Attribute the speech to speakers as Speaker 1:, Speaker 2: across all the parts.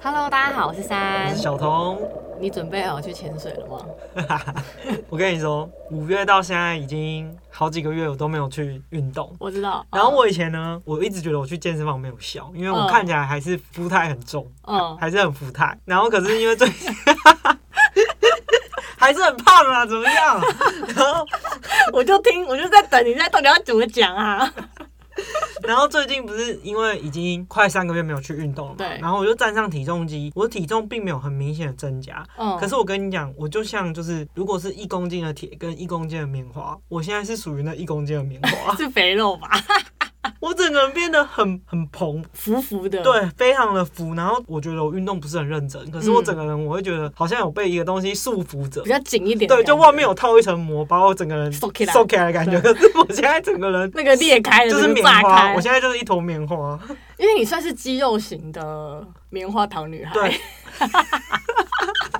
Speaker 1: Hello，大家好，我是
Speaker 2: 我
Speaker 1: 三
Speaker 2: 是。小童。
Speaker 1: 你准备好去潜水了吗？
Speaker 2: 我跟你说，五月到现在已经好几个月，我都没有去运动。
Speaker 1: 我知道。
Speaker 2: 然后我以前呢，我一直觉得我去健身房没有效，因为我
Speaker 1: 嗯
Speaker 2: 看起来还是肤态很重，
Speaker 1: 嗯，嗯，
Speaker 2: 还是很浮态。然后可是因为最近 还是很胖啊，怎么样？
Speaker 1: 我就听，我就在等你在到底要怎么讲啊？
Speaker 2: 然后最近不是因为已经快三个月没有去运动了嘛，
Speaker 1: 对
Speaker 2: 然后我就站上体重机，我的体重并没有很明显的增加，
Speaker 1: 嗯，，
Speaker 2: 可是我跟你讲，我就像就是，如果是一公斤的铁跟一公斤的棉花，我现在是属于那一公斤的棉花
Speaker 1: 是肥肉吧？
Speaker 2: 我整个人变得很 很蓬，
Speaker 1: 浮浮的。，
Speaker 2: 对，非常的浮。然后我觉得我运动不是很认
Speaker 1: 嗯
Speaker 2: 真，可是我整个人我会觉得好像有被一个东西束缚着
Speaker 1: 比，较紧一点的感
Speaker 2: 对，
Speaker 1: 觉。
Speaker 2: 就外面有套一层膜，把我整个人
Speaker 1: 收起来
Speaker 2: 收起来的感觉。可是我现在整个人
Speaker 1: 那个裂开了，
Speaker 2: 就
Speaker 1: 那
Speaker 2: 是
Speaker 1: 个
Speaker 2: 棉
Speaker 1: 炸
Speaker 2: 花，
Speaker 1: 开
Speaker 2: 我。现在就是一坨棉花。
Speaker 1: 因为你算是肌肉型的棉花糖女孩。
Speaker 2: 对。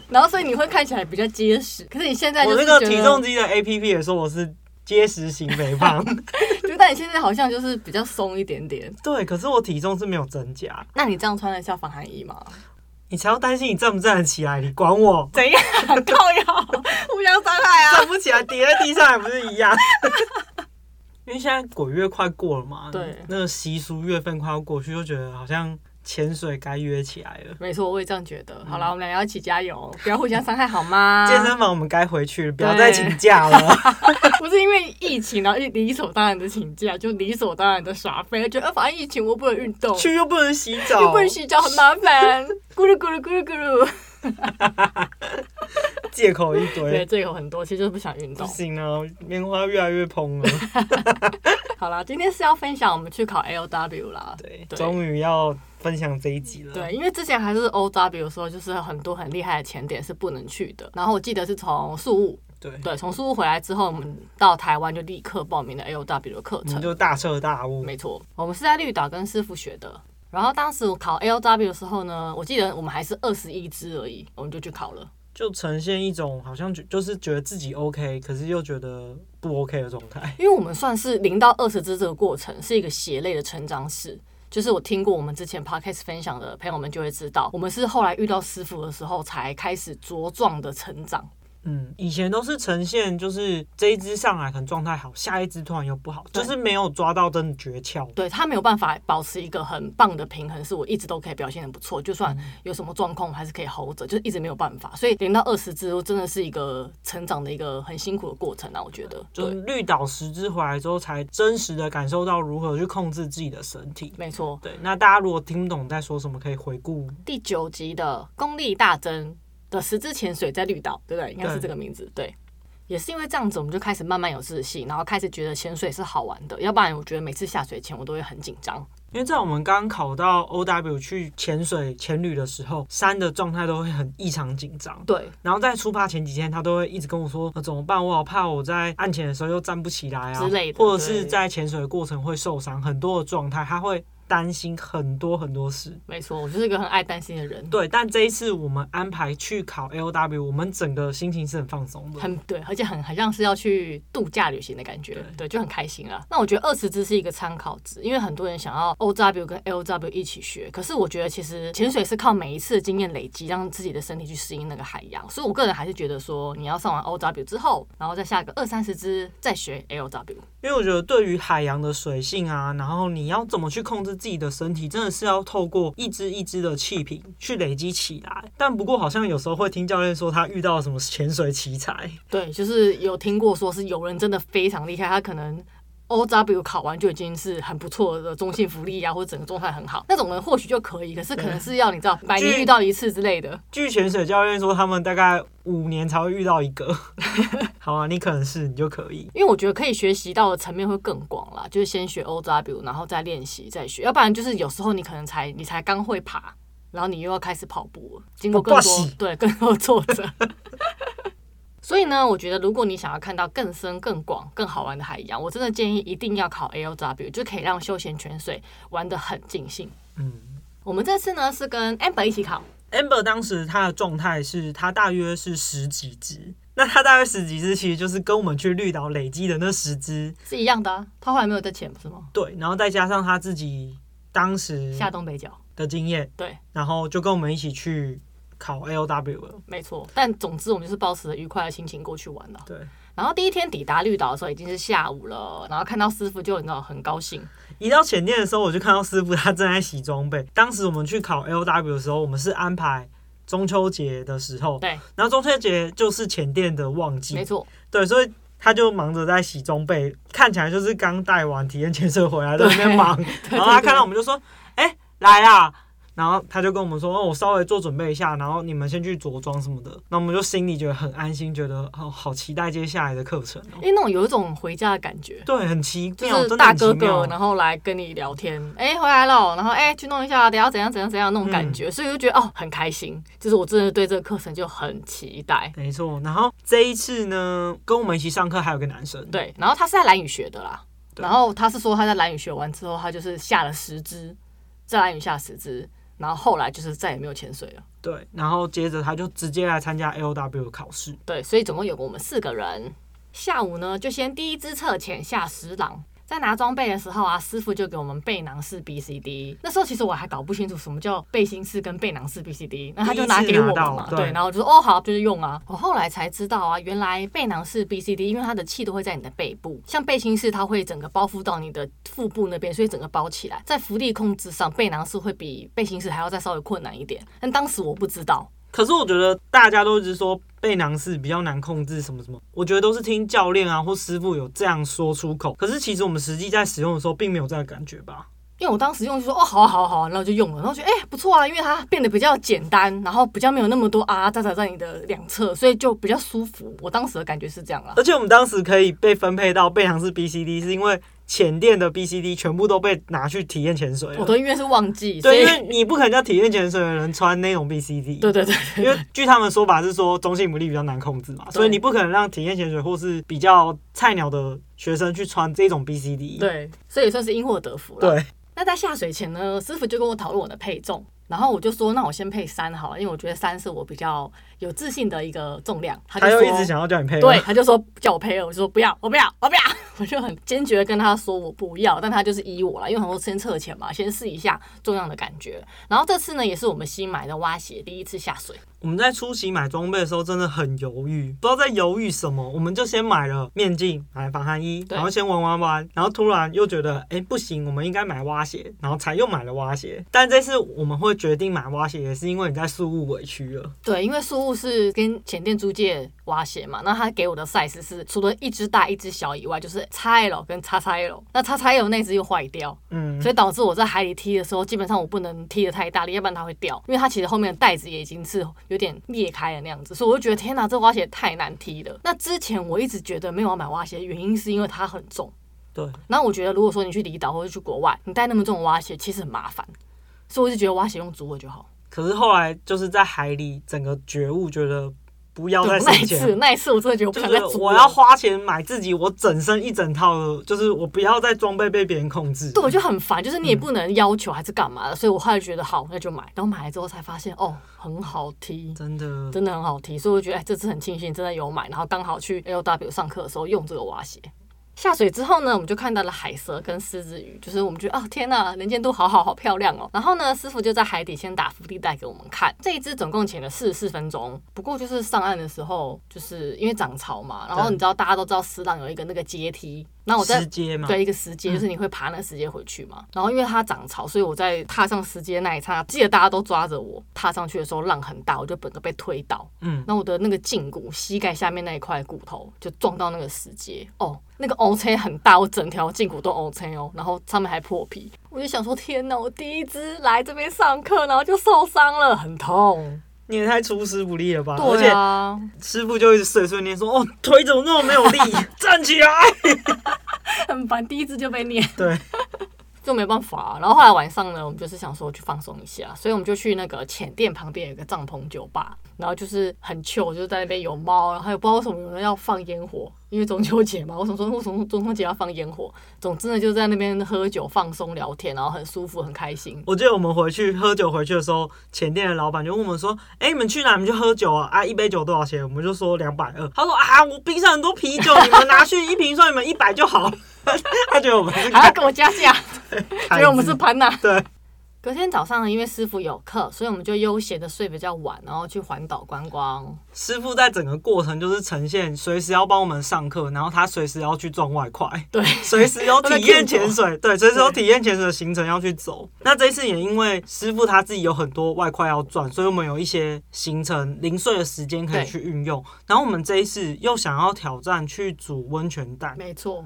Speaker 1: 然后，所以你会看起来比较结实。可是你现在就
Speaker 2: 我
Speaker 1: 是
Speaker 2: 那个
Speaker 1: 觉
Speaker 2: 体
Speaker 1: 得
Speaker 2: 重，机的 A P P 也说我是结实型肥胖，
Speaker 1: 就但你现在好像就是比较松一点点。
Speaker 2: 对，可是我体重是没有增加。
Speaker 1: 那你这样穿得下防寒衣吗？
Speaker 2: 你才要担心你站不站得起来，你管我。
Speaker 1: 怎 样？靠腰，互相伤害啊！
Speaker 2: 站不起来，跌在地上还不是一样？ 因为现在鬼月快过了嘛，
Speaker 1: 对
Speaker 2: 那个习俗月份快要过去，就觉得好像潜水该约起来了。
Speaker 1: 没错，我也这样觉得。好
Speaker 2: 嗯
Speaker 1: 了，我们俩要一起加油，不要互相伤害好 吗？
Speaker 2: 健身房我们该回去了，不要
Speaker 1: 对
Speaker 2: 再请假了。
Speaker 1: 不是因为疫情，然后理所当然的请假，就理所当然的耍废，觉得啊反正疫情我不能运动，
Speaker 2: 去又不能洗澡，
Speaker 1: 又不能洗澡很麻烦， 咕噜咕噜咕噜咕噜。
Speaker 2: 借口一
Speaker 1: 对，
Speaker 2: 堆。
Speaker 1: 这有很多，其实就是不想运
Speaker 2: 不
Speaker 1: 动。
Speaker 2: 行啊，棉花越来越蓬了。
Speaker 1: 好啦，今天是要分享我们去考 L W 啦。
Speaker 2: 对，
Speaker 1: 对
Speaker 2: 终于要分享这一集了。
Speaker 1: 对，因为之前还是 O W 的时候，就是很多很厉害的前点是不能去的。然后我记得是从宿务，
Speaker 2: 对，
Speaker 1: 对，从宿务回来之后，我们到台湾就立刻报名了 L W 的课
Speaker 2: 我
Speaker 1: 程
Speaker 2: 们。就大彻大悟。
Speaker 1: 没错，我们是在绿岛跟师傅学的。然后当时我考 L W 的时候呢，我记得我们还是二十一支而已，我们就去考了。
Speaker 2: 就呈现一种好像觉就是觉得自己 OK，可是又觉得不 OK 的状态。
Speaker 1: 因为我们算是零到二十支这个过程是一个血泪的成长史。就是我听过我们之前 podcast 分享的朋友们就会知道，我们是后来遇到师傅的时候才开始茁壮的成长。
Speaker 2: 嗯，以前都是呈现就是这一只上来可能状态好，下一只突然又不好，
Speaker 1: 对
Speaker 2: 就是没有抓到真的诀窍。
Speaker 1: 对他没有办法保持一个很棒的平衡，是我一直都可以表现的不错，就算有什么状况，我还是可以 hold 着，就是一直没有办法。所以零到二十支真的是一个成长的一个很辛苦的过程啊，我觉得。
Speaker 2: 就是
Speaker 1: 对，
Speaker 2: 绿岛十只回来之后，才真实的感受到如何去控制自己的身体。
Speaker 1: 没错。
Speaker 2: 对，那大家如果听不懂在说什么，可以回顾。
Speaker 1: 第九集的功力大增的十支潜水在绿岛，对不对？应该是
Speaker 2: 对
Speaker 1: 这个名字，对。也是因为这样子，我们就开始慢慢有自信，然后开始觉得潜水是好玩的。要不然，我觉得每次下水前我都会很紧张。
Speaker 2: 因为在我们刚考到 OW 去潜水潜旅的时候，山的状态都会很异常紧张。
Speaker 1: 对，
Speaker 2: 然后在出发前几天，他都会一直跟我说、呃、怎么办，我好怕我在岸潜的时候又站不起来啊
Speaker 1: 之类的
Speaker 2: 或者是
Speaker 1: 对
Speaker 2: 在潜水的过程会受伤，很多的状态，他会担心很多很多事。
Speaker 1: 没错，我就是一个很爱担心的人，
Speaker 2: 对，但这一次我们安排去考 L W，我们整个心情是很放松的。
Speaker 1: 很对，而且很很像是要去度假旅行的感觉，对，就很开心啊。那我觉得二十支是一个参考值，因为很多人想要 OW 跟 LW 一起学，可是我觉得其实潜水是靠每一次的经验累积，让自己的身体去适应那个海洋。所以我个人还是觉得说，你要上完 OW 之后，然后再下个二三十支再学 LW。
Speaker 2: 因为我觉得对于海洋的水性啊，然后你要怎么去控制自己的身体，真的是要透过一支一支的气瓶去累积起来。但不过好像有时候会听教练说他遇到什么潜水奇才，
Speaker 1: 对，就是有听过说是有人真的非常厉害，他可能 O W 考完就已经是很不错的中性福利啊，或者整个状态很好，那种人或许就可以，可是可能是要你知道百年
Speaker 2: 据
Speaker 1: 遇到一次之类的。
Speaker 2: 据潜水教练说，他们大概五年才会遇到一 个。好啊，你可能是你就可以。
Speaker 1: 因为我觉得可以学习到的层面会更广啦，就是先学 O W，然后再练习再学，要不然就是有时候你可能才你才刚会爬，然后你又要开始跑步了，经过更
Speaker 2: 不不
Speaker 1: 多
Speaker 2: 行
Speaker 1: 对 更多挫折。所以呢，我觉得如果你想要看到更深、更广、更好玩的海洋，我真的建议一定要考 L W，就可以让休闲潜水玩得很尽兴。
Speaker 2: 嗯
Speaker 1: 我们这次呢是跟 Amber 一起考，
Speaker 2: ，Amber 当时他的状态是，他大约是十几只。那他大约十几只，其实就是跟我们去绿岛累积的那十只，
Speaker 1: 是一样的、啊，他后来没有再潜不是吗？
Speaker 2: 对，然后再加上他自己。当时
Speaker 1: 下东北角，
Speaker 2: 的经验，
Speaker 1: 对，
Speaker 2: 然后就跟我们一起去考 A O W 了。
Speaker 1: 没错。但总之，我们就是抱持着愉快的心情过去玩了。
Speaker 2: 对，
Speaker 1: 然后第一天抵达绿岛的时候已经是下午了，然后看到师傅就你知道很高兴，
Speaker 2: 一到前店的时候，我就看到师傅他正在洗装备。当时我们去考 A O W 的时候，我们是安排中秋节的时候，
Speaker 1: 对，
Speaker 2: 然后中秋节就是前店的旺
Speaker 1: 没
Speaker 2: 季，
Speaker 1: 错，
Speaker 2: 对，所以。他就忙着在洗装备，看起来就是刚带完体验签证回来，在
Speaker 1: 对
Speaker 2: 那边忙。然后他看到我们就说：“哎、来啦！”然后他就跟我们说：“哦，我稍微做准备一下，然后你们先去着装什么的。”那我们就心里觉得很安心，觉得哦，好期待接下来的课程哦。
Speaker 1: 因为那种有一种回家的感觉。
Speaker 2: 对，很奇
Speaker 1: 就
Speaker 2: 妙，欸
Speaker 1: 是
Speaker 2: 真的
Speaker 1: 大
Speaker 2: 很奇
Speaker 1: 哥哥，
Speaker 2: 妙
Speaker 1: 然后来跟你聊天，哎、回来了，然后哎、去弄一下，等一下怎样怎样怎样那种感
Speaker 2: 嗯
Speaker 1: 觉，所以我就觉得哦很开心，就是我真的对这个课程就很期待。
Speaker 2: 没错，然后这一次呢，跟我们一起上课还有个男生，
Speaker 1: 对，然后他是在蓝屿学的啦，
Speaker 2: 对
Speaker 1: 然后他是说他在蓝屿学完之后，他就是下了十支，在蓝屿下十支，然后后来就是再也没有潜水了。
Speaker 2: 对，然后接着他就直接来参加 L W 的考试，
Speaker 1: 对，所以总共有我们四个人。下午呢，就先第一支测潜下十郎。在拿装备的时候啊，师傅就给我们背囊式 B C D。那时候其实我还搞不清楚什么叫背心式跟背囊式 B C D，那他就拿给我们嘛，
Speaker 2: 第一次拿到对
Speaker 1: 对，然后我就说哦好，就是用啊。我后来才知道啊，原来背囊式 B C D，因为它的气都会在你的背部，像背心式它会整个包覆到你的腹部那边，所以整个包起来。在浮力控制上，背囊式会比背心式还要再稍微困难一点，但当时我不知道，
Speaker 2: 可是我觉得大家都一直说背囊式比较难控制什么什么，我觉得都是听教练啊或师傅有这样说出口，可是其实我们实际在使用的时候并没有这样的感觉吧？
Speaker 1: 因为我当时用就说哦，好啊好啊好啊，然后就用了，然后觉得哎、不错啊，因为它变得比较简单，然后比较没有那么多啊啊喳喳在你的两侧，所以就比较舒服。我当时的感觉是这样啦。
Speaker 2: 而且我们当时可以被分配到背囊式 B C D，是因为前店的 B C D 全部都被拿去体验潜水
Speaker 1: 我
Speaker 2: 了。
Speaker 1: 都因为是忘记，哦所
Speaker 2: 对，
Speaker 1: 以
Speaker 2: 因为你不可能叫体验潜水的人穿那种 B C D。
Speaker 1: 对对对
Speaker 2: 因为据他们说法是说中性浮力比较难控制嘛，所以你不可能让体验潜水或是比较菜鸟的学生去穿这种 BCD。
Speaker 1: 对，啊所以也算是因祸得福了。
Speaker 2: 对，
Speaker 1: 那在下水前呢，师傅就跟我讨论我的配重，然后我就说那我先配三好了，因为我觉得三是我比较有自信的一个重量。他
Speaker 2: 他
Speaker 1: 就
Speaker 2: 又
Speaker 1: 说
Speaker 2: 一直想要叫你配合
Speaker 1: 对，，他就说叫我配合，我就说不要，我不要，我不要， 我就很坚决地跟他说我不要，但他就是依我了，因为很多先测潜嘛，先试一下重量的感觉。然后这次呢，也是我们新买的蛙鞋，第一次下水，
Speaker 2: 我们在初期买装备的时候真的很犹豫，不知道在犹豫什么，我们就先买了面镜，买了防寒衣，
Speaker 1: 对
Speaker 2: 然后先玩玩玩，然后突然又觉得，哎、不行，我们应该买蛙鞋，然后才又买了蛙鞋。但这次我们会决定买蛙鞋，也是因为你在宿务委屈了。
Speaker 1: 对，因为苏务是跟前店租借蛙鞋嘛，那他给我的 size 是除了一只大一只小以外，就是 XL 跟 XXL，那 XXL 那只又坏掉，
Speaker 2: 嗯，
Speaker 1: 所以导致我在海里踢的时候，基本上我不能踢得太大力，要不然它会掉，因为它其实后面的带子也已经是有点裂开的那样子，所以我就觉得天哪，这蛙鞋太难踢了。那之前我一直觉得没有要买蛙鞋，原因是因为它很重。
Speaker 2: 对。
Speaker 1: 然后我觉得如果说你去离岛或者去国外，你带那么重的蛙鞋其实很麻烦，所以我就觉得蛙鞋用足了就好。
Speaker 2: 可是后来就是在海里整个觉悟，觉得不要
Speaker 1: 对
Speaker 2: 再
Speaker 1: 那
Speaker 2: 省
Speaker 1: 一
Speaker 2: 钱
Speaker 1: 次，那一次我真的觉得我不
Speaker 2: 就
Speaker 1: 想再
Speaker 2: 是
Speaker 1: 租
Speaker 2: 我
Speaker 1: 了
Speaker 2: 要花钱买自己我整身一整套的，就是我不要再装备被别人控制。
Speaker 1: 对，我就很烦，就是你也
Speaker 2: 嗯
Speaker 1: 不能要求还是干嘛的，所以我后来觉得好，那就买。然后买了之后才发现，哦，很好踢，
Speaker 2: 真的，
Speaker 1: 真的很好踢，所以我觉得哎，这次很庆幸真的有买，然后刚好去 L W 上课的时候用这个蛙鞋。下水之后呢，我们就看到了海蛇跟狮子鱼，就是我们觉得啊、天呐，能见度好好好漂亮哦。然后呢，师傅就在海底先打浮力带给我们看，这一只总共潜了四十四分钟。不过就是上岸的时候，就是因为涨潮嘛，然后你知道大家都知道石浪有一个那个阶梯，那我在
Speaker 2: 直接嘛，
Speaker 1: 对，一个石
Speaker 2: 嗯
Speaker 1: 阶，就是你会爬那个石阶回去嘛。然后因为它涨潮，所以我在踏上石阶那一刹那，记得大家都抓着我。踏上去的时候浪很大，我就整个被推倒。
Speaker 2: 嗯，
Speaker 1: 那我的那个胫骨、膝盖下面那一块骨头就撞到那个石阶，哦，那个 O C 很大，我整条胫骨都 O C 哦，然后上面还破皮。我就想说，天哪！我第一只来这边上课，然后就受伤了，很痛。
Speaker 2: 你也太出师不利了吧？
Speaker 1: 对啊，
Speaker 2: 而且师傅就一直碎碎念说：“哦，腿怎么那么没有 力？站起来
Speaker 1: 很烦，第一只就被念。！”
Speaker 2: 对，
Speaker 1: 就没办法、然后后来晚上呢，我们就是想说去放松一下，所以我们就去那个浅店旁边有一个帐篷酒吧，然后就是很 chill，就是在那边有猫，然后也不知道为什么有人要放烟火，因为中秋节嘛，我想说为什么中秋节要放烟火？总之呢，就在那边喝酒放松聊天，然后很舒服很开心。
Speaker 2: 我记得我们回去喝酒回去的时候，前店的老板就问我们说：“哎、你们去哪？你们去喝酒啊？啊，一杯酒多少钱？”我们就说两百二。他说：“啊，我冰 箱很多啤酒，你们拿去一瓶算你们一百就好。”他觉得我们是
Speaker 1: 还要跟我加价，啊觉得我们是潘娜。
Speaker 2: 对，
Speaker 1: 隔天早上，因为师傅有课，所以我们就悠闲的睡比较晚，然后去环岛观光。
Speaker 2: 师傅在整个过程就是呈现随时要帮我们上课，然后他随时要去赚外快，
Speaker 1: 对，
Speaker 2: 随时有体验潜水，对，随时有
Speaker 1: 对
Speaker 2: 体验潜水的行程要去走。那这一次也因为师傅他自己有很多外快要赚，所以我们有一些行程零碎的时间可
Speaker 1: 对
Speaker 2: 以去运用。然后我们这一次又想要挑战去煮温泉蛋，
Speaker 1: 没错，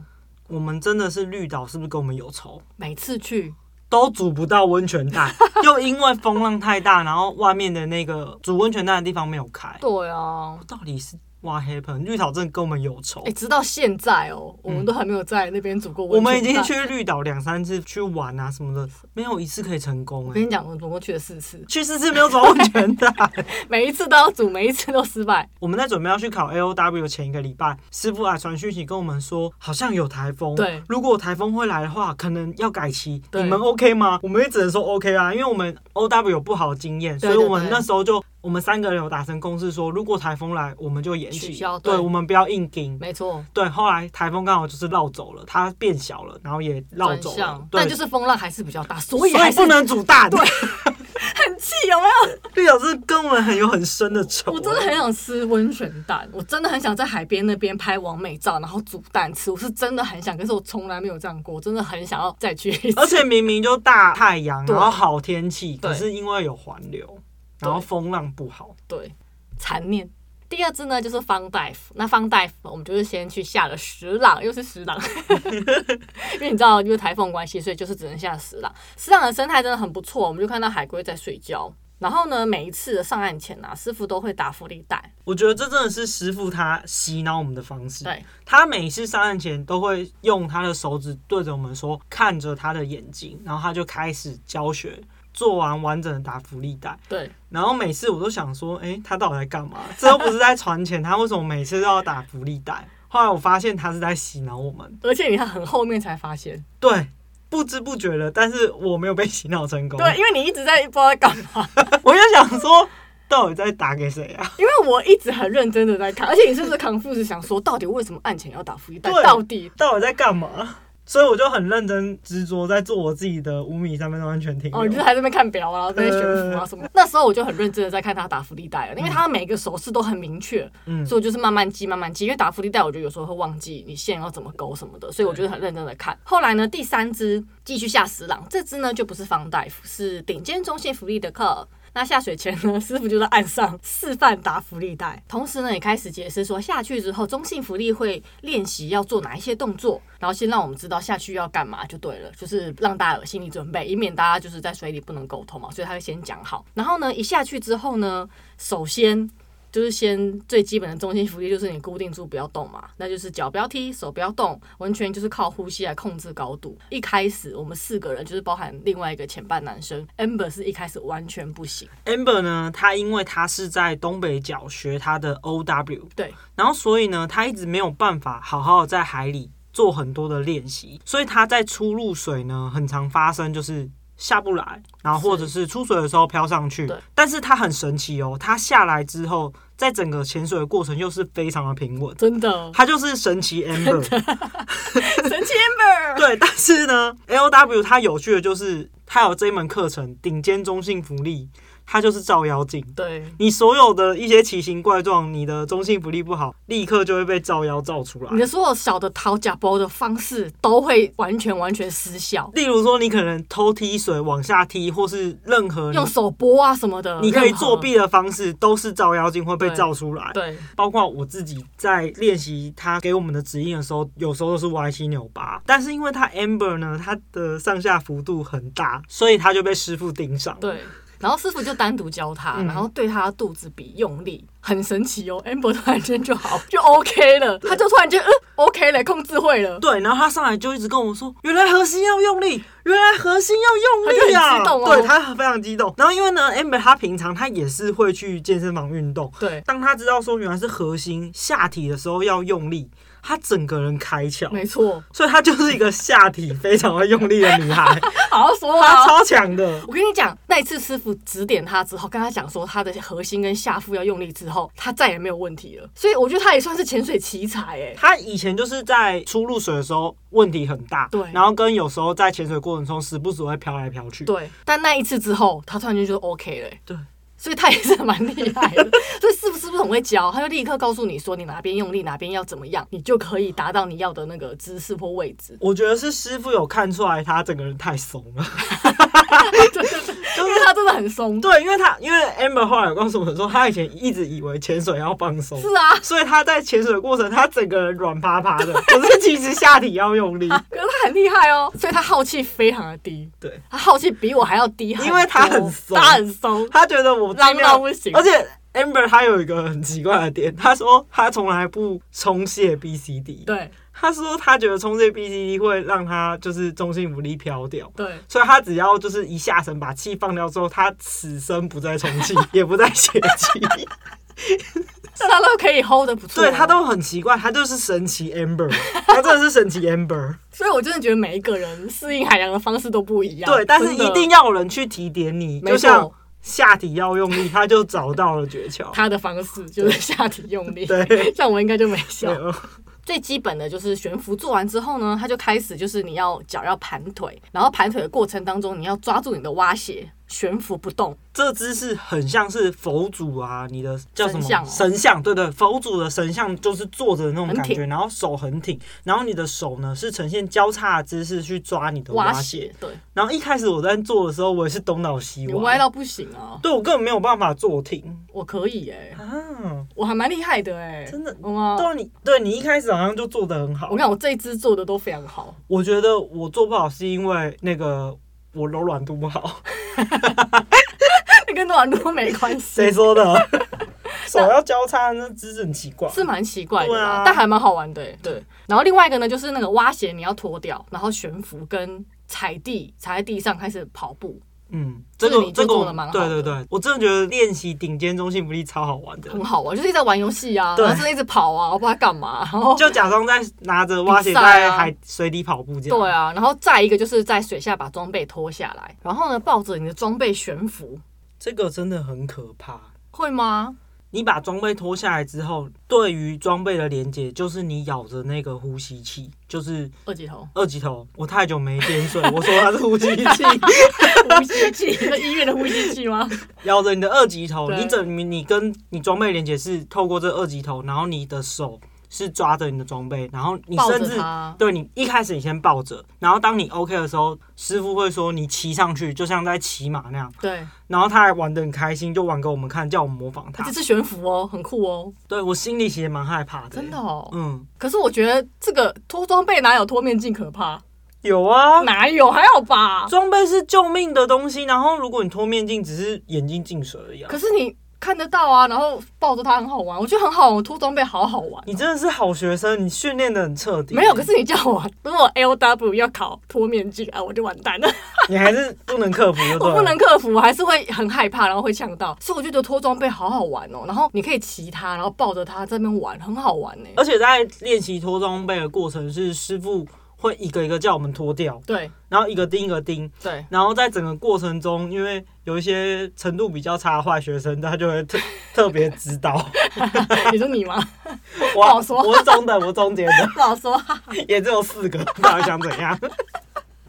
Speaker 2: 我们真的是绿岛是不是跟我们有仇？
Speaker 1: 每次去
Speaker 2: 都煮不到温 泉蛋，又因为风浪太大，然后外面的那个煮温泉蛋的地方没有开，
Speaker 1: 对啊，
Speaker 2: 到底是 what happened？绿岛真的跟我们有仇
Speaker 1: 哎、。直到现在哦，我们都还没有在那边煮过
Speaker 2: 嗯我
Speaker 1: 温泉蛋。
Speaker 2: 们已经，去绿岛两三次去玩啊什么的，没有一次可以成功
Speaker 1: 我
Speaker 2: 哎、
Speaker 1: 跟你讲，我总共去了四次，
Speaker 2: 去四次没有找温泉蛋。
Speaker 1: 每一次都要煮，每一次都失败。
Speaker 2: 我们在准备要去考 A O W 前一个礼拜，师傅还啊传讯息跟我们说，好像有台风。
Speaker 1: 对，
Speaker 2: 如果台风会来的话，可能要改期。
Speaker 1: 对
Speaker 2: 你们 OK 吗？我们也只能说 OK 啊，因为我们 O W 有不好的经验，
Speaker 1: 对
Speaker 2: 所以
Speaker 1: 对
Speaker 2: 我们
Speaker 1: 对
Speaker 2: 那时候就我们三个人有达成共识说，如果台风来，我们就延期，
Speaker 1: 取消
Speaker 2: 对
Speaker 1: 对
Speaker 2: 我们不要硬盯。
Speaker 1: 没错，
Speaker 2: 对，后来台风刚好就是绕走了，它变小了，然后也绕
Speaker 1: 转
Speaker 2: 走
Speaker 1: 向
Speaker 2: 了，，对
Speaker 1: 但就。是风浪还是比较大，所
Speaker 2: 所以
Speaker 1: 以还是
Speaker 2: 不能煮蛋，对，
Speaker 1: 很气，有没 有？
Speaker 2: 绿岛是跟我们很有很深的仇。欸
Speaker 1: 我真的很想吃温泉蛋，我真的很想在海边那边拍完美照，然后煮蛋吃。我是真的很想，可是我从来没有这样过，我真的很想要再去一
Speaker 2: 而
Speaker 1: 次。
Speaker 2: 且明明就大太阳，
Speaker 1: 对
Speaker 2: 然后好天气，
Speaker 1: 对
Speaker 2: 可是因为有环流，
Speaker 1: 对
Speaker 2: 然后风浪不好，
Speaker 1: 对，残念。第二支呢就是方大夫，那方大夫我们就是先去下了石朗，又是石朗， 因为你知道因为台风关系，所以就是只能下石朗。石朗的生态真的很不错，我们就看到海龟在睡觉。然后呢，每一次的上岸前啊，师傅都会打浮力带，
Speaker 2: 我觉得这真的是师傅他洗脑我们的方式。
Speaker 1: 对，
Speaker 2: 他每次上岸前都会用他的手指对着我们说，看着他的眼睛，然后他就开始教学，做完完整的打浮力带。
Speaker 1: 对，
Speaker 2: 然后每次我都想说，诶，他到底在干嘛？这又不是在船前，他为什么每次都要打浮力带？后来我发现他是在洗脑我们，
Speaker 1: 而且你看很后面才发现，
Speaker 2: 对，不知不觉的，但是我没有被洗脑成功。
Speaker 1: 对，因为你一直在不知道在干嘛，
Speaker 2: 我就想说，到底在打给谁啊？
Speaker 1: 因为我一直很认真的在看，而且你是不是 confuse 想说，到底为什么案前要打福利带
Speaker 2: 对？
Speaker 1: 到底
Speaker 2: 到底在干嘛？所以我就很认真执着在做我自己的五米三分钟安全停留。
Speaker 1: 哦，你就是还在那边看表啊，然后在那边悬浮啊什么。那时候我就很认真的在看他打福利带了，因为他每个手势都很明确，
Speaker 2: 嗯
Speaker 1: 所以我就是慢慢记，慢慢记。因为打福利带，我就有时候会忘记你线要怎么勾什么的，所以我就是很认真的看。后来呢，第三支继续下十郎，这支呢就不是方大夫，是顶尖中线福利的课。那下水前呢，师傅就在岸上示范打浮力带，同时呢也开始解释说下去之后中性浮力会练习要做哪一些动作，然后先让我们知道下去要干嘛就对了，就是让大家有心理准备，以免大家就是在水里不能沟通嘛，所以他会先讲好。然后呢，一下去之后呢，首先就是先最基本的中心浮力，就是你固定住不要动嘛，那就是脚不要踢，手不要动，完全就是靠呼吸来控制高度。一开始我们四个人就是包含另外一个前半男生 Amber 是一开始完全不行，
Speaker 2: Amber 呢，他因为他是在东北角学他的 OW，
Speaker 1: 对，
Speaker 2: 然后所以呢，他一直没有办法好好地在海里做很多的练习，所以他在出入水呢，很常发生就是。下不来，然后或者是出水的时候飘上去
Speaker 1: 对，
Speaker 2: 但是他很神奇哦，他下来之后，在整个潜水的过程又是非常的平稳，
Speaker 1: 真的
Speaker 2: 他就是神奇 Amber，
Speaker 1: 神奇 Amber，
Speaker 2: 对。但是呢，L W 它有趣的就是，它有这一门课程顶尖中性福利，它就是照妖镜。
Speaker 1: 对，
Speaker 2: 你所有的一些奇形怪状，你的中性福利不好，立刻就会被照妖照出
Speaker 1: 你
Speaker 2: 来。
Speaker 1: 的所有小的掏假包的方式都会完全完全失效，
Speaker 2: 例如说，你可能偷踢水往下踢，或是任何你
Speaker 1: 用手拨啊什么的，
Speaker 2: 你可以
Speaker 1: 任何
Speaker 2: 作，弊的方式，都是照妖镜会被
Speaker 1: 对
Speaker 2: 照出来。
Speaker 1: 对
Speaker 2: 包括我自己在练习他给我们的指引的时候，有时候都是歪七扭八。但是因为他 Amber 呢，他的上下幅度很大，所以他就被师傅盯上。，
Speaker 1: 对。然后师傅就单独教他，
Speaker 2: 嗯
Speaker 1: 然后对他肚子比用力，很神奇哦。Amber 突然间就好，就 OK 了，他就突然间嗯 OK 了，控制会了，
Speaker 2: 对，然后他上来就一直跟我说，原来核心要用力，原来核心
Speaker 1: 他
Speaker 2: 要用力啊！
Speaker 1: 就很激动哦
Speaker 2: 对他非常激动。然后因为呢，Amber 他平常他也是会去健身房运动，
Speaker 1: 对
Speaker 2: 当他知道说原来是核心下体的时候要用力，她整个人开窍，
Speaker 1: 没错，
Speaker 2: 所以她就是一个下体非常会用力的女 孩，
Speaker 1: 好好说
Speaker 2: 她
Speaker 1: 啊。
Speaker 2: 超强的。
Speaker 1: 我跟你讲，那一次师傅指点他之后，跟他讲说他的核心跟下腹要用力之后，他再也没有问题了。所以我觉得他也算是潜水奇才哎、
Speaker 2: 她以前就是在初入水的时候问题很大，
Speaker 1: 对
Speaker 2: 然后跟有时候在潜水过程中时不时会飘来飘去，
Speaker 1: 对，但那一次之后，他突然间就 OK 了、欸。
Speaker 2: 对。
Speaker 1: 所以他也是蛮厉害的， 所以是不是不是很会教？他就立刻告诉你说你哪边用力，哪边要怎么样，你就可以达到你要的那个姿势或位置。
Speaker 2: 我觉得是师傅有看出来她整个人太怂了，
Speaker 1: 因为他真的很松。
Speaker 2: 对，因为她因为 Amber 后来有告诉我们说，她以前一直以为潜水要放松，
Speaker 1: 是啊，
Speaker 2: 所以她在潜水过程她整个人软趴趴的，可是其实下体 要用力，
Speaker 1: 可是他很厉害哦，所以他好气非常的低，
Speaker 2: 对。
Speaker 1: 他好气比我还要低很多，
Speaker 2: 因为他很松
Speaker 1: 他很松，
Speaker 2: 他觉得我
Speaker 1: 浪
Speaker 2: 尽量
Speaker 1: 到不行
Speaker 2: 而且 Amber 他有一个很奇怪的点，他说他从来不冲卸 B C D，
Speaker 1: 对
Speaker 2: 他说他觉得冲卸 B C D 会让他就是中性浮力飘掉。
Speaker 1: 对。
Speaker 2: 所以他只要就是一下沉把气放掉之后，他此生不再充 气，也不再泄气。
Speaker 1: 但他都可以 hold 的不错、
Speaker 2: 对他，都很奇怪，他就是神奇 Amber，他真的是神奇 Amber。
Speaker 1: 所以我真的觉得每一个人适应海洋的方式都不一样。
Speaker 2: 对，但是
Speaker 1: 真的
Speaker 2: 一定要有人去提点你，
Speaker 1: 没
Speaker 2: 就像
Speaker 1: 错
Speaker 2: 下体要用力，他就找到了诀窍。
Speaker 1: 他的方式就是下体用力，
Speaker 2: 对，
Speaker 1: 像我应该就没效
Speaker 2: 没。有
Speaker 1: 最基本的就是悬浮做完之后呢，他就开始就是你要脚要盘腿，然后盘腿的过程当中你要抓住你的蛙鞋，悬浮不动。
Speaker 2: 这姿势很像是佛祖啊，你的叫什么
Speaker 1: 神像哦
Speaker 2: 神像？对对，佛祖的神像就是坐着的那种感
Speaker 1: 很
Speaker 2: 觉，然后手很挺，然后你的手呢是呈现交叉的姿势去抓你的蛙鞋。，
Speaker 1: 对，
Speaker 2: 然后一开始我在做的时候，我也是东倒西
Speaker 1: 你
Speaker 2: 歪
Speaker 1: 歪，到不行啊！
Speaker 2: 对我根本没有办法坐挺
Speaker 1: 我可以哎、
Speaker 2: 啊。
Speaker 1: 我还蛮厉害的哎、
Speaker 2: 真的
Speaker 1: 我吗？
Speaker 2: 对你，对你一开始好像就做的很好
Speaker 1: 我，看我这一支做的都非常好，
Speaker 2: 我觉得我做不好是因为那个我柔软度不好，
Speaker 1: 那跟多少都没关系，
Speaker 2: 谁说的？ 手要交叉那姿势很奇怪，
Speaker 1: 是蛮奇怪的
Speaker 2: 对
Speaker 1: 啦、
Speaker 2: 啊
Speaker 1: 但还蛮好玩的、欸。对，然后另外一个呢，就是那个蛙鞋你要脱掉，然后悬浮跟踩地，踩在地上开始跑步，
Speaker 2: 嗯，
Speaker 1: 这
Speaker 2: 这
Speaker 1: 个
Speaker 2: 个
Speaker 1: 你就
Speaker 2: 这个
Speaker 1: 做
Speaker 2: 我
Speaker 1: 得蛮好
Speaker 2: 对
Speaker 1: 的
Speaker 2: 对对，我真的觉得练习顶尖中性浮力超好玩的，
Speaker 1: 很好玩，就是一直在玩游戏啊，
Speaker 2: 对
Speaker 1: 然后真的一直跑啊，我不知道干嘛，然后。
Speaker 2: 就假装在拿着蛙鞋
Speaker 1: 比赛啊
Speaker 2: 在海水底跑步这样。
Speaker 1: 对啊，然后再一个就是在水下把装备脱下来，然后呢抱着你的装备悬浮，
Speaker 2: 这个真的很可怕。
Speaker 1: 会吗？
Speaker 2: 你把装备脱下来之后，对于装备的连接就是你咬着那个呼吸器，就是，
Speaker 1: 二级头
Speaker 2: 二级头。我太久没编水，我说它是呼吸器，
Speaker 1: 呼吸器， 那医院的呼吸器吗？
Speaker 2: 咬着你的二级头，
Speaker 1: 对
Speaker 2: 你整你你跟你装备连接是透过这二级头，然后你的手是抓着你的装备，然后你
Speaker 1: 抱
Speaker 2: 甚
Speaker 1: 着
Speaker 2: 至
Speaker 1: 它，
Speaker 2: 对你一开始你先抱着，然后当你 OK 的时候，师傅会说你骑上去，就像在骑马那样。
Speaker 1: 对，
Speaker 2: 然后他还玩得很开心，就玩给我们看，叫我们模仿
Speaker 1: 这
Speaker 2: 他。
Speaker 1: 是悬浮哦，很酷哦，
Speaker 2: 对我心里其实蛮害怕的、
Speaker 1: 真的哦。
Speaker 2: 嗯，
Speaker 1: 可是我觉得这个脱装备哪有脱面镜可怕？
Speaker 2: 有啊，
Speaker 1: 哪有？还好吧。
Speaker 2: 装备是救命的东西。然后如果你脱面镜，只是眼睛进水而已、啊
Speaker 1: 可。是你看得到啊，然后抱着它很好玩，我觉得很好玩，我脱装备好好玩。
Speaker 2: 你真的是好学生，你训练的很彻底。
Speaker 1: 没有，可是你叫我如果 L W 要考脱面镜啊，我就完蛋了。
Speaker 2: 你还是不能克服，对
Speaker 1: 我
Speaker 2: 了
Speaker 1: 不能。克服，我还是会很害怕，然后会呛到。所以我就觉得脱装备好好玩哦，然后你可以骑它，然后抱着它在那边玩，很好玩呢。
Speaker 2: 而且在练习脱装备的过程，是师傅会一个一个叫我们脱掉，
Speaker 1: 对
Speaker 2: 然后一个钉一个钉，
Speaker 1: 对，
Speaker 2: 然后在整个过程中，因为有一些程度比较差的坏学生，他就会特 特别指 导。
Speaker 1: 你说你吗？
Speaker 2: 我
Speaker 1: 好说
Speaker 2: 我是中等，我是中间的，
Speaker 1: 不好说。
Speaker 2: 也只有四个，到底想怎样？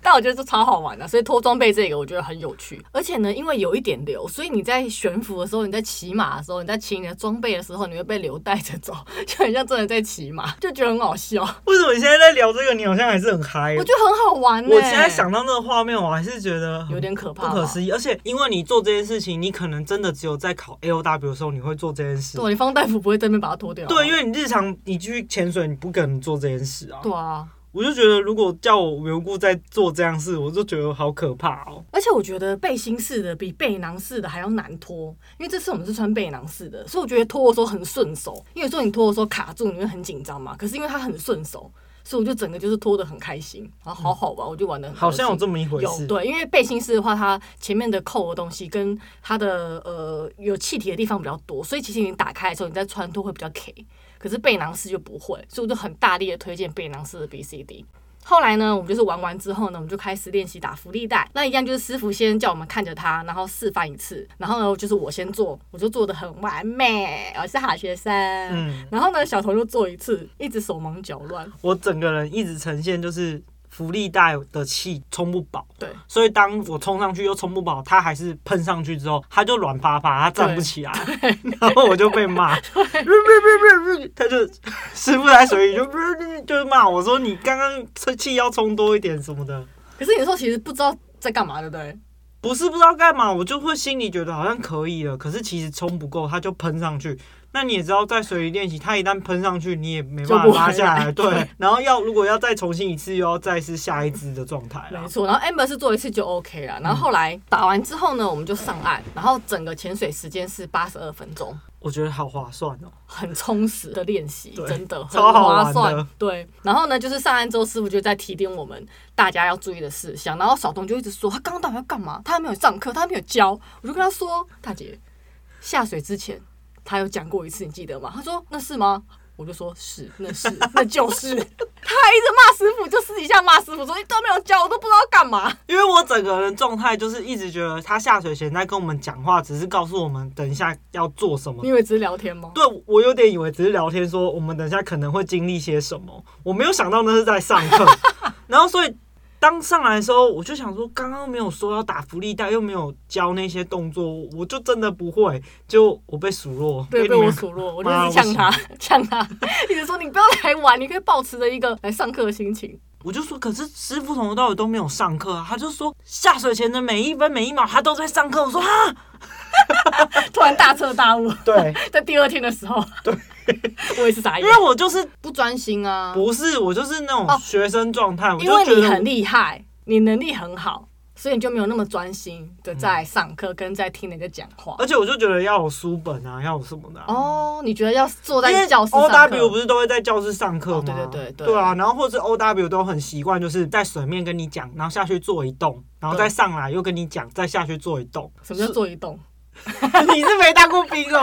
Speaker 1: 但我觉得这超好玩的，所以脱装备这个我觉得很有趣。而且呢，因为有一点流，所以你在悬浮的时候，你在骑马的时候，你在骑你的装备的时候，你会被流带着走，就很像真的在骑马， 就觉得很好笑。
Speaker 2: 为什么你现在在聊这个？你好像还是很嗨
Speaker 1: 我。觉得很好玩呢。
Speaker 2: 我现在想到那个画面，我还是觉得很
Speaker 1: 有点可怕
Speaker 2: 不
Speaker 1: 吧，
Speaker 2: 可思议。而且因为你做这件事情，你可能真的只有在考 A O W 的时候你会做这件事。
Speaker 1: 对，你方大夫不会在那边把它脱掉啊、
Speaker 2: 对，因为你日常你去潜水，你不可能做这件事啊。
Speaker 1: 对啊。
Speaker 2: 我就觉得，如果叫我无缘无故在做这样事，我就觉得好可怕哦。
Speaker 1: 而且我觉得背心式的比背囊式的还要难脱，因为这次我们是穿背囊式的，所以我觉得脱的时候很顺手。因为有时候你脱的时候卡住，你会很紧张嘛，可是因为它很顺手，所以我就整个就是脱得很开心，然后好好玩，我就玩的
Speaker 2: 好像有这么一回
Speaker 1: 有
Speaker 2: 事。
Speaker 1: 对，因为背心式的话，它前面的扣的东西跟它的呃有气体的地方比较多，所以其实你打开的时候，你在穿脱会比较 K。可是背囊式就不会，所以我就很大力的推荐背囊式的 BCD。后来呢，我们就是玩完之后呢，我们就开始练习打浮力带。那一样就是师傅先叫我们看着他，然后示范一次，然后呢就是我先做，我就做的很完美，我是好学生。
Speaker 2: 嗯，
Speaker 1: 然后呢，小童就做一次，一直手忙脚乱。
Speaker 2: 我整个人一直呈现就是浮力带的气充不饱，
Speaker 1: 对，
Speaker 2: 所以当我冲上去又冲不饱，它还是喷上去之后，它就软趴趴，它站不起来，然后我就被骂，他就师傅来水里就 就是骂我说你刚刚吹气要冲多一点什么的，
Speaker 1: 可是你说其实不知道在干嘛，对不对？
Speaker 2: 不是不知道干嘛，我就会心里觉得好像可以了，可是其实冲不够，它就喷上去。那你也知道，在水里练习，它一旦喷上去，你也没办法
Speaker 1: 就不回
Speaker 2: 拉下
Speaker 1: 来
Speaker 2: 来， 对。然后要如果要再重新一次，又要再是下一支的状态了
Speaker 1: 没。错，然后 Amber 是做一次就 OK 了。然后后来打完之后呢，我们就上岸，然后整个潜水时间是八十二分钟，
Speaker 2: 我觉得好划算哦、
Speaker 1: 很充实的练习，
Speaker 2: 对
Speaker 1: 真的很
Speaker 2: 超好玩
Speaker 1: 划
Speaker 2: 的
Speaker 1: 算。对，然后呢，就是上岸之后，师傅就在提点我们大家要注意的事项。然后小东就一直说他刚刚到底要干嘛？他还没有上课，他还没有教。我就跟他说，大姐，下水之前他有讲过一次，你记得吗？他说那是吗？我就说是，那是，那就是。他还一直骂师傅，就私底下骂师傅说你都没有教，我都不知道要干嘛。
Speaker 2: 因为我整个人状态就是一直觉得他下水前在跟我们讲话，只是告诉我们等一下要做什么
Speaker 1: 你。以为只是聊天吗？
Speaker 2: 对我有点以为只是聊天，说我们等一下可能会经历些什么，我没有想到那是在上 课。然后所以当上来的时候，我就想说，刚刚没有说要打福利带，又没有教那些动作，我就真的不会。就我被数落，
Speaker 1: 对，被
Speaker 2: 你
Speaker 1: 我
Speaker 2: 们
Speaker 1: 数落，我就
Speaker 2: 妈
Speaker 1: 是
Speaker 2: 我
Speaker 1: 呛他
Speaker 2: 数，
Speaker 1: 呛他，一直说你不要来玩，你可以保持着一个来上课的心情。
Speaker 2: 我就说，可是师傅从头到尾都没有上课啊。他就说下水前的每一分每一秒他都在上课。我说啊，
Speaker 1: 突然大彻大悟，
Speaker 2: 对，
Speaker 1: 在第二天的时候，对，我也是傻
Speaker 2: 因
Speaker 1: 眼，
Speaker 2: 为我就是
Speaker 1: 不专心啊，
Speaker 2: 不是，我就是那
Speaker 1: 哦
Speaker 2: 种学生状态，我
Speaker 1: 因为
Speaker 2: 就觉
Speaker 1: 你
Speaker 2: 得
Speaker 1: 很厉害，你能力很好，所以你就没有那么专心的在上课跟在听人家讲话
Speaker 2: 我，。而且我就觉得要有书本啊，要有什么的、啊。
Speaker 1: 哦，你觉得要坐
Speaker 2: 因为
Speaker 1: 在教室
Speaker 2: O
Speaker 1: 上
Speaker 2: W
Speaker 1: 课
Speaker 2: 不？是都会在教室上课
Speaker 1: 哦
Speaker 2: 吗、
Speaker 1: 对对对对
Speaker 2: 对啊，然后或是 O W 都很习惯，就是在水面跟你讲，然后下去做一动，然后
Speaker 1: 对
Speaker 2: 再上来又跟你讲，再下去做一动。
Speaker 1: 什么叫做一动？
Speaker 2: 你是没当过兵 哦，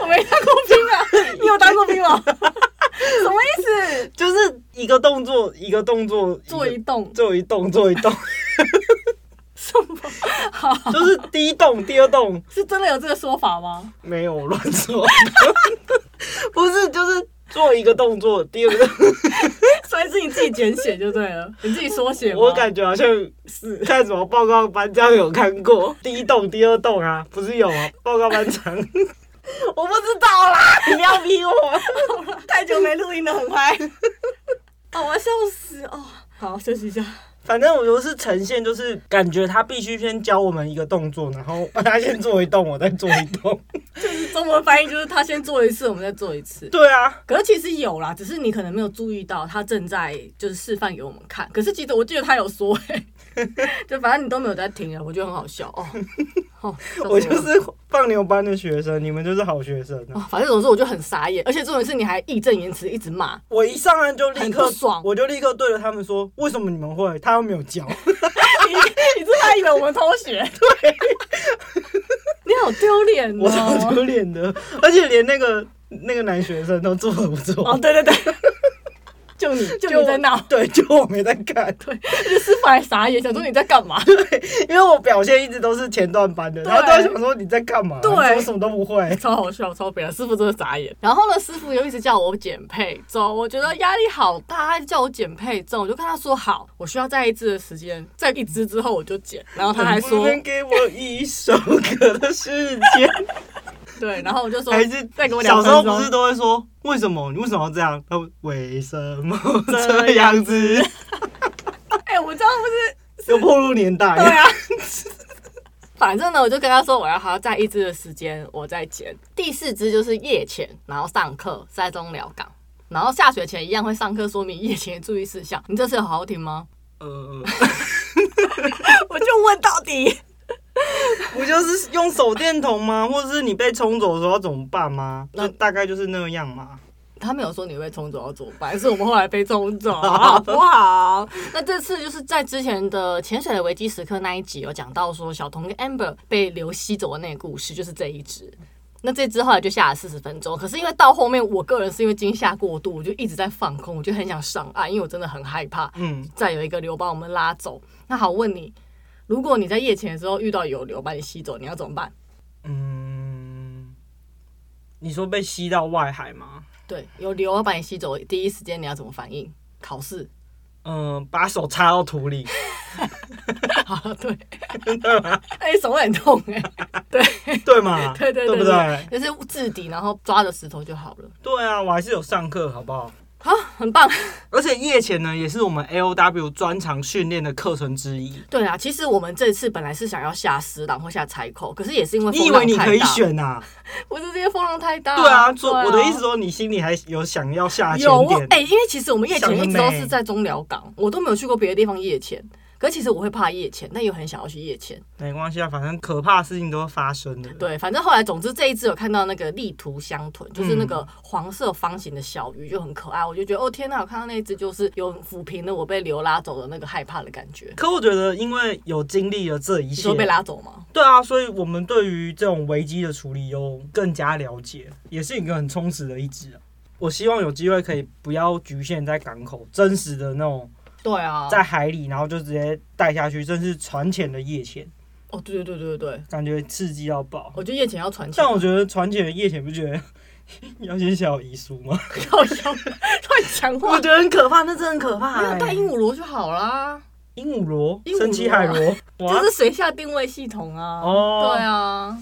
Speaker 1: 我没当过兵啊，你有当过兵吗？什么意思？
Speaker 2: 就是一个动作一个动作
Speaker 1: 做一动？
Speaker 2: 做一动做一动，
Speaker 1: 什么？
Speaker 2: 就是第一动第二动
Speaker 1: 是真的有这个说法吗？
Speaker 2: 没有乱说， 不是就是做一个动作第二个。
Speaker 1: 所以是你自己简写就对了，你自己缩写吗？
Speaker 2: 我感觉好像是看什么报告班长有看 过第一栋、第二栋啊，不是有啊？报告班长，你
Speaker 1: 我不知道啦，
Speaker 2: 不要逼我。
Speaker 1: 太久没录音了，很嗨。 哦，我要笑死哦。好，休息一下。
Speaker 2: 反正我就是呈现，就是感觉他必须先教我们一个动作，然后 他先做一动，我再做一动。
Speaker 1: 中文翻译就是他先做一次，我们再做一次。
Speaker 2: 对啊，
Speaker 1: 可是其实有啦，只是你可能没有注意到，他正在就是示范给我们看。可是记得我记得他有说、 欸，就反正你都没有在听啊，我觉得很好笑 哦。哦，笑死
Speaker 2: 我就
Speaker 1: 了
Speaker 2: 是放牛班的学生，你们就是好学生啊。
Speaker 1: 哦反正总之我就很傻眼，而且重点是你还义正言辞一直骂，
Speaker 2: 我一上岸就立刻
Speaker 1: 很不爽
Speaker 2: 我就立刻对着他们说：“为什么你们会？他又没有 教。
Speaker 1: 你你是不是还以为我们偷学？对， 你好丢脸哦！
Speaker 2: 我超丢脸的，而且连那个那个男学生都做的不错。
Speaker 1: 哦，对对对， 就你就你在闹，
Speaker 2: 对，就我没在看，对，
Speaker 1: 就师傅还傻眼，想说你在干嘛？
Speaker 2: 因为我表现一直都是前段班的，
Speaker 1: 对
Speaker 2: 然后都在想说你在干嘛，
Speaker 1: 对
Speaker 2: 你怎么什么都不会。
Speaker 1: 超好笑，超悲哀，师傅真的傻眼。然后呢，师傅又一直叫我减配重，我觉得压力好大，他一直叫我减配重，我就跟他说好，我需要在一支的时间，在一支之后我就减。然后他还
Speaker 2: 你不
Speaker 1: 说
Speaker 2: 能给我一首歌的时间，
Speaker 1: 对，然后我就说
Speaker 2: 还是
Speaker 1: 再给我两
Speaker 2: 小时
Speaker 1: 分
Speaker 2: 候
Speaker 1: 钟。
Speaker 2: 不是都会说为什么你为什么要这样？他说为什 么这样子？
Speaker 1: 哎、我这样不是
Speaker 2: 有破入年
Speaker 1: 对
Speaker 2: 代，
Speaker 1: 啊。 反正呢，我就跟他说我要还要再一支的时间，我再减。第四支就是夜潜，然后上课在中寮港，然后下学前一样会上课说明夜潜的注意事项。你这次有好好听吗？
Speaker 2: 呃，
Speaker 1: 我就问到底。
Speaker 2: 不就是用手电筒吗？或者是你被冲走的时候要怎么办吗？
Speaker 1: 那
Speaker 2: 那大概就是那样嘛。
Speaker 1: 他没有说你会冲走到左半，是我们后来被冲走，啊好不好？那这次就是在之前的潜水的危机时刻那一集有讲到说，小童跟 Amber 被流吸走的那个故事，就是这一支。那这支后来就下了四十分钟，可是因为到后面，我个人是因为惊吓过度，我就一直在放空，我就很想上岸，因为我真的很害怕
Speaker 2: 嗯，
Speaker 1: 再有一个流把我们拉走。那好，问你，如果你在夜潜的时候遇到有流把你吸走，你要怎么办？
Speaker 2: 嗯，你说被吸到外海吗？
Speaker 1: 对，有流要把你吸走，第一时间你要怎么反应？考试？
Speaker 2: 嗯、把手插到土里，
Speaker 1: 啊， 对，哎、手很痛哎、对
Speaker 2: 对吗？
Speaker 1: 对对
Speaker 2: 对不对？
Speaker 1: 对，就是置底，然后抓着石头就好了。
Speaker 2: 对啊，我还是有上课，好不好？
Speaker 1: 好，很棒。
Speaker 2: 而且夜潜呢，也是我们 A O W 专场训练的课程之一。
Speaker 1: 对啊，其实我们这次本来是想要下石浪或下柴口，可是也是因为
Speaker 2: 你
Speaker 1: 风
Speaker 2: 以
Speaker 1: 浪
Speaker 2: 为你
Speaker 1: 太
Speaker 2: 可以
Speaker 1: 大
Speaker 2: 选啊？
Speaker 1: 不是这些风浪太大。
Speaker 2: 对啊，所以我的意思说，你心里还有想要下潜
Speaker 1: 有我
Speaker 2: 点，
Speaker 1: 哎、因为其实我们夜潜
Speaker 2: 想得
Speaker 1: 一直都
Speaker 2: 美
Speaker 1: 是在中寮港，我都没有去过别的地方夜潜。可其实我会怕夜潜，但又很想要去夜潜。
Speaker 2: 没关系啊，反正可怕的事情都会发生的。
Speaker 1: 对，反正后来，总之这一次有看到那个力图香豚，
Speaker 2: 嗯
Speaker 1: 就是那个黄色方形的小鱼，就很可爱。我就觉得哦天呐，我看到那一只就是有抚平了我被流拉走的那个害怕的感觉。
Speaker 2: 可我觉得，因为有经历了这一
Speaker 1: 你
Speaker 2: 切
Speaker 1: 说，被拉走吗？
Speaker 2: 对啊，所以我们对于这种危机的处理有更加了解，也是一个很充实的一支啊。我希望有机会可以不要局限在港口，真实的那种
Speaker 1: 对啊，
Speaker 2: 在海里，然后就直接带下去，甚至船潜的夜潜，
Speaker 1: 哦对对对对对，
Speaker 2: 感觉刺激到爆。
Speaker 1: 我觉得夜潜要传情
Speaker 2: 但，我觉得船潜的夜潜，不觉得 要先写好遗书吗？
Speaker 1: 要要乱讲话
Speaker 2: 我。觉得很可怕，那真的很可怕、
Speaker 1: 没有带
Speaker 2: 欸。
Speaker 1: 鹦鹉螺就好啦，
Speaker 2: 鹦鹉螺
Speaker 1: 鹦鹉、螺
Speaker 2: 神奇海螺，哇
Speaker 1: 这！是水下定位系统啊。
Speaker 2: 啊哦
Speaker 1: 对啊。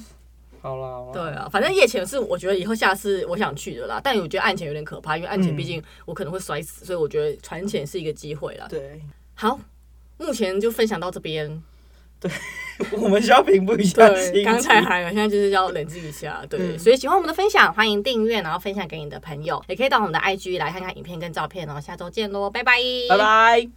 Speaker 2: 好啦，好啦
Speaker 1: 对啊，反正夜潜是我觉得以后下次我想去的啦，但我觉得岸潜有点可怕，因为岸潜毕竟我可能会摔死，所以我觉得船潜是一个机会啦。
Speaker 2: 对，
Speaker 1: 好，目前就分享到这 边。
Speaker 2: 我们需要平复一下心
Speaker 1: 对，
Speaker 2: 情。
Speaker 1: 刚才还有，现在就是要冷静一下。对，
Speaker 2: 嗯
Speaker 1: 所以喜欢我们的分享，欢迎订阅，然后分享给你的朋友，也可以到我们的 IG 来看看影片跟照片哦。下周见喽，拜拜，
Speaker 2: 拜。拜。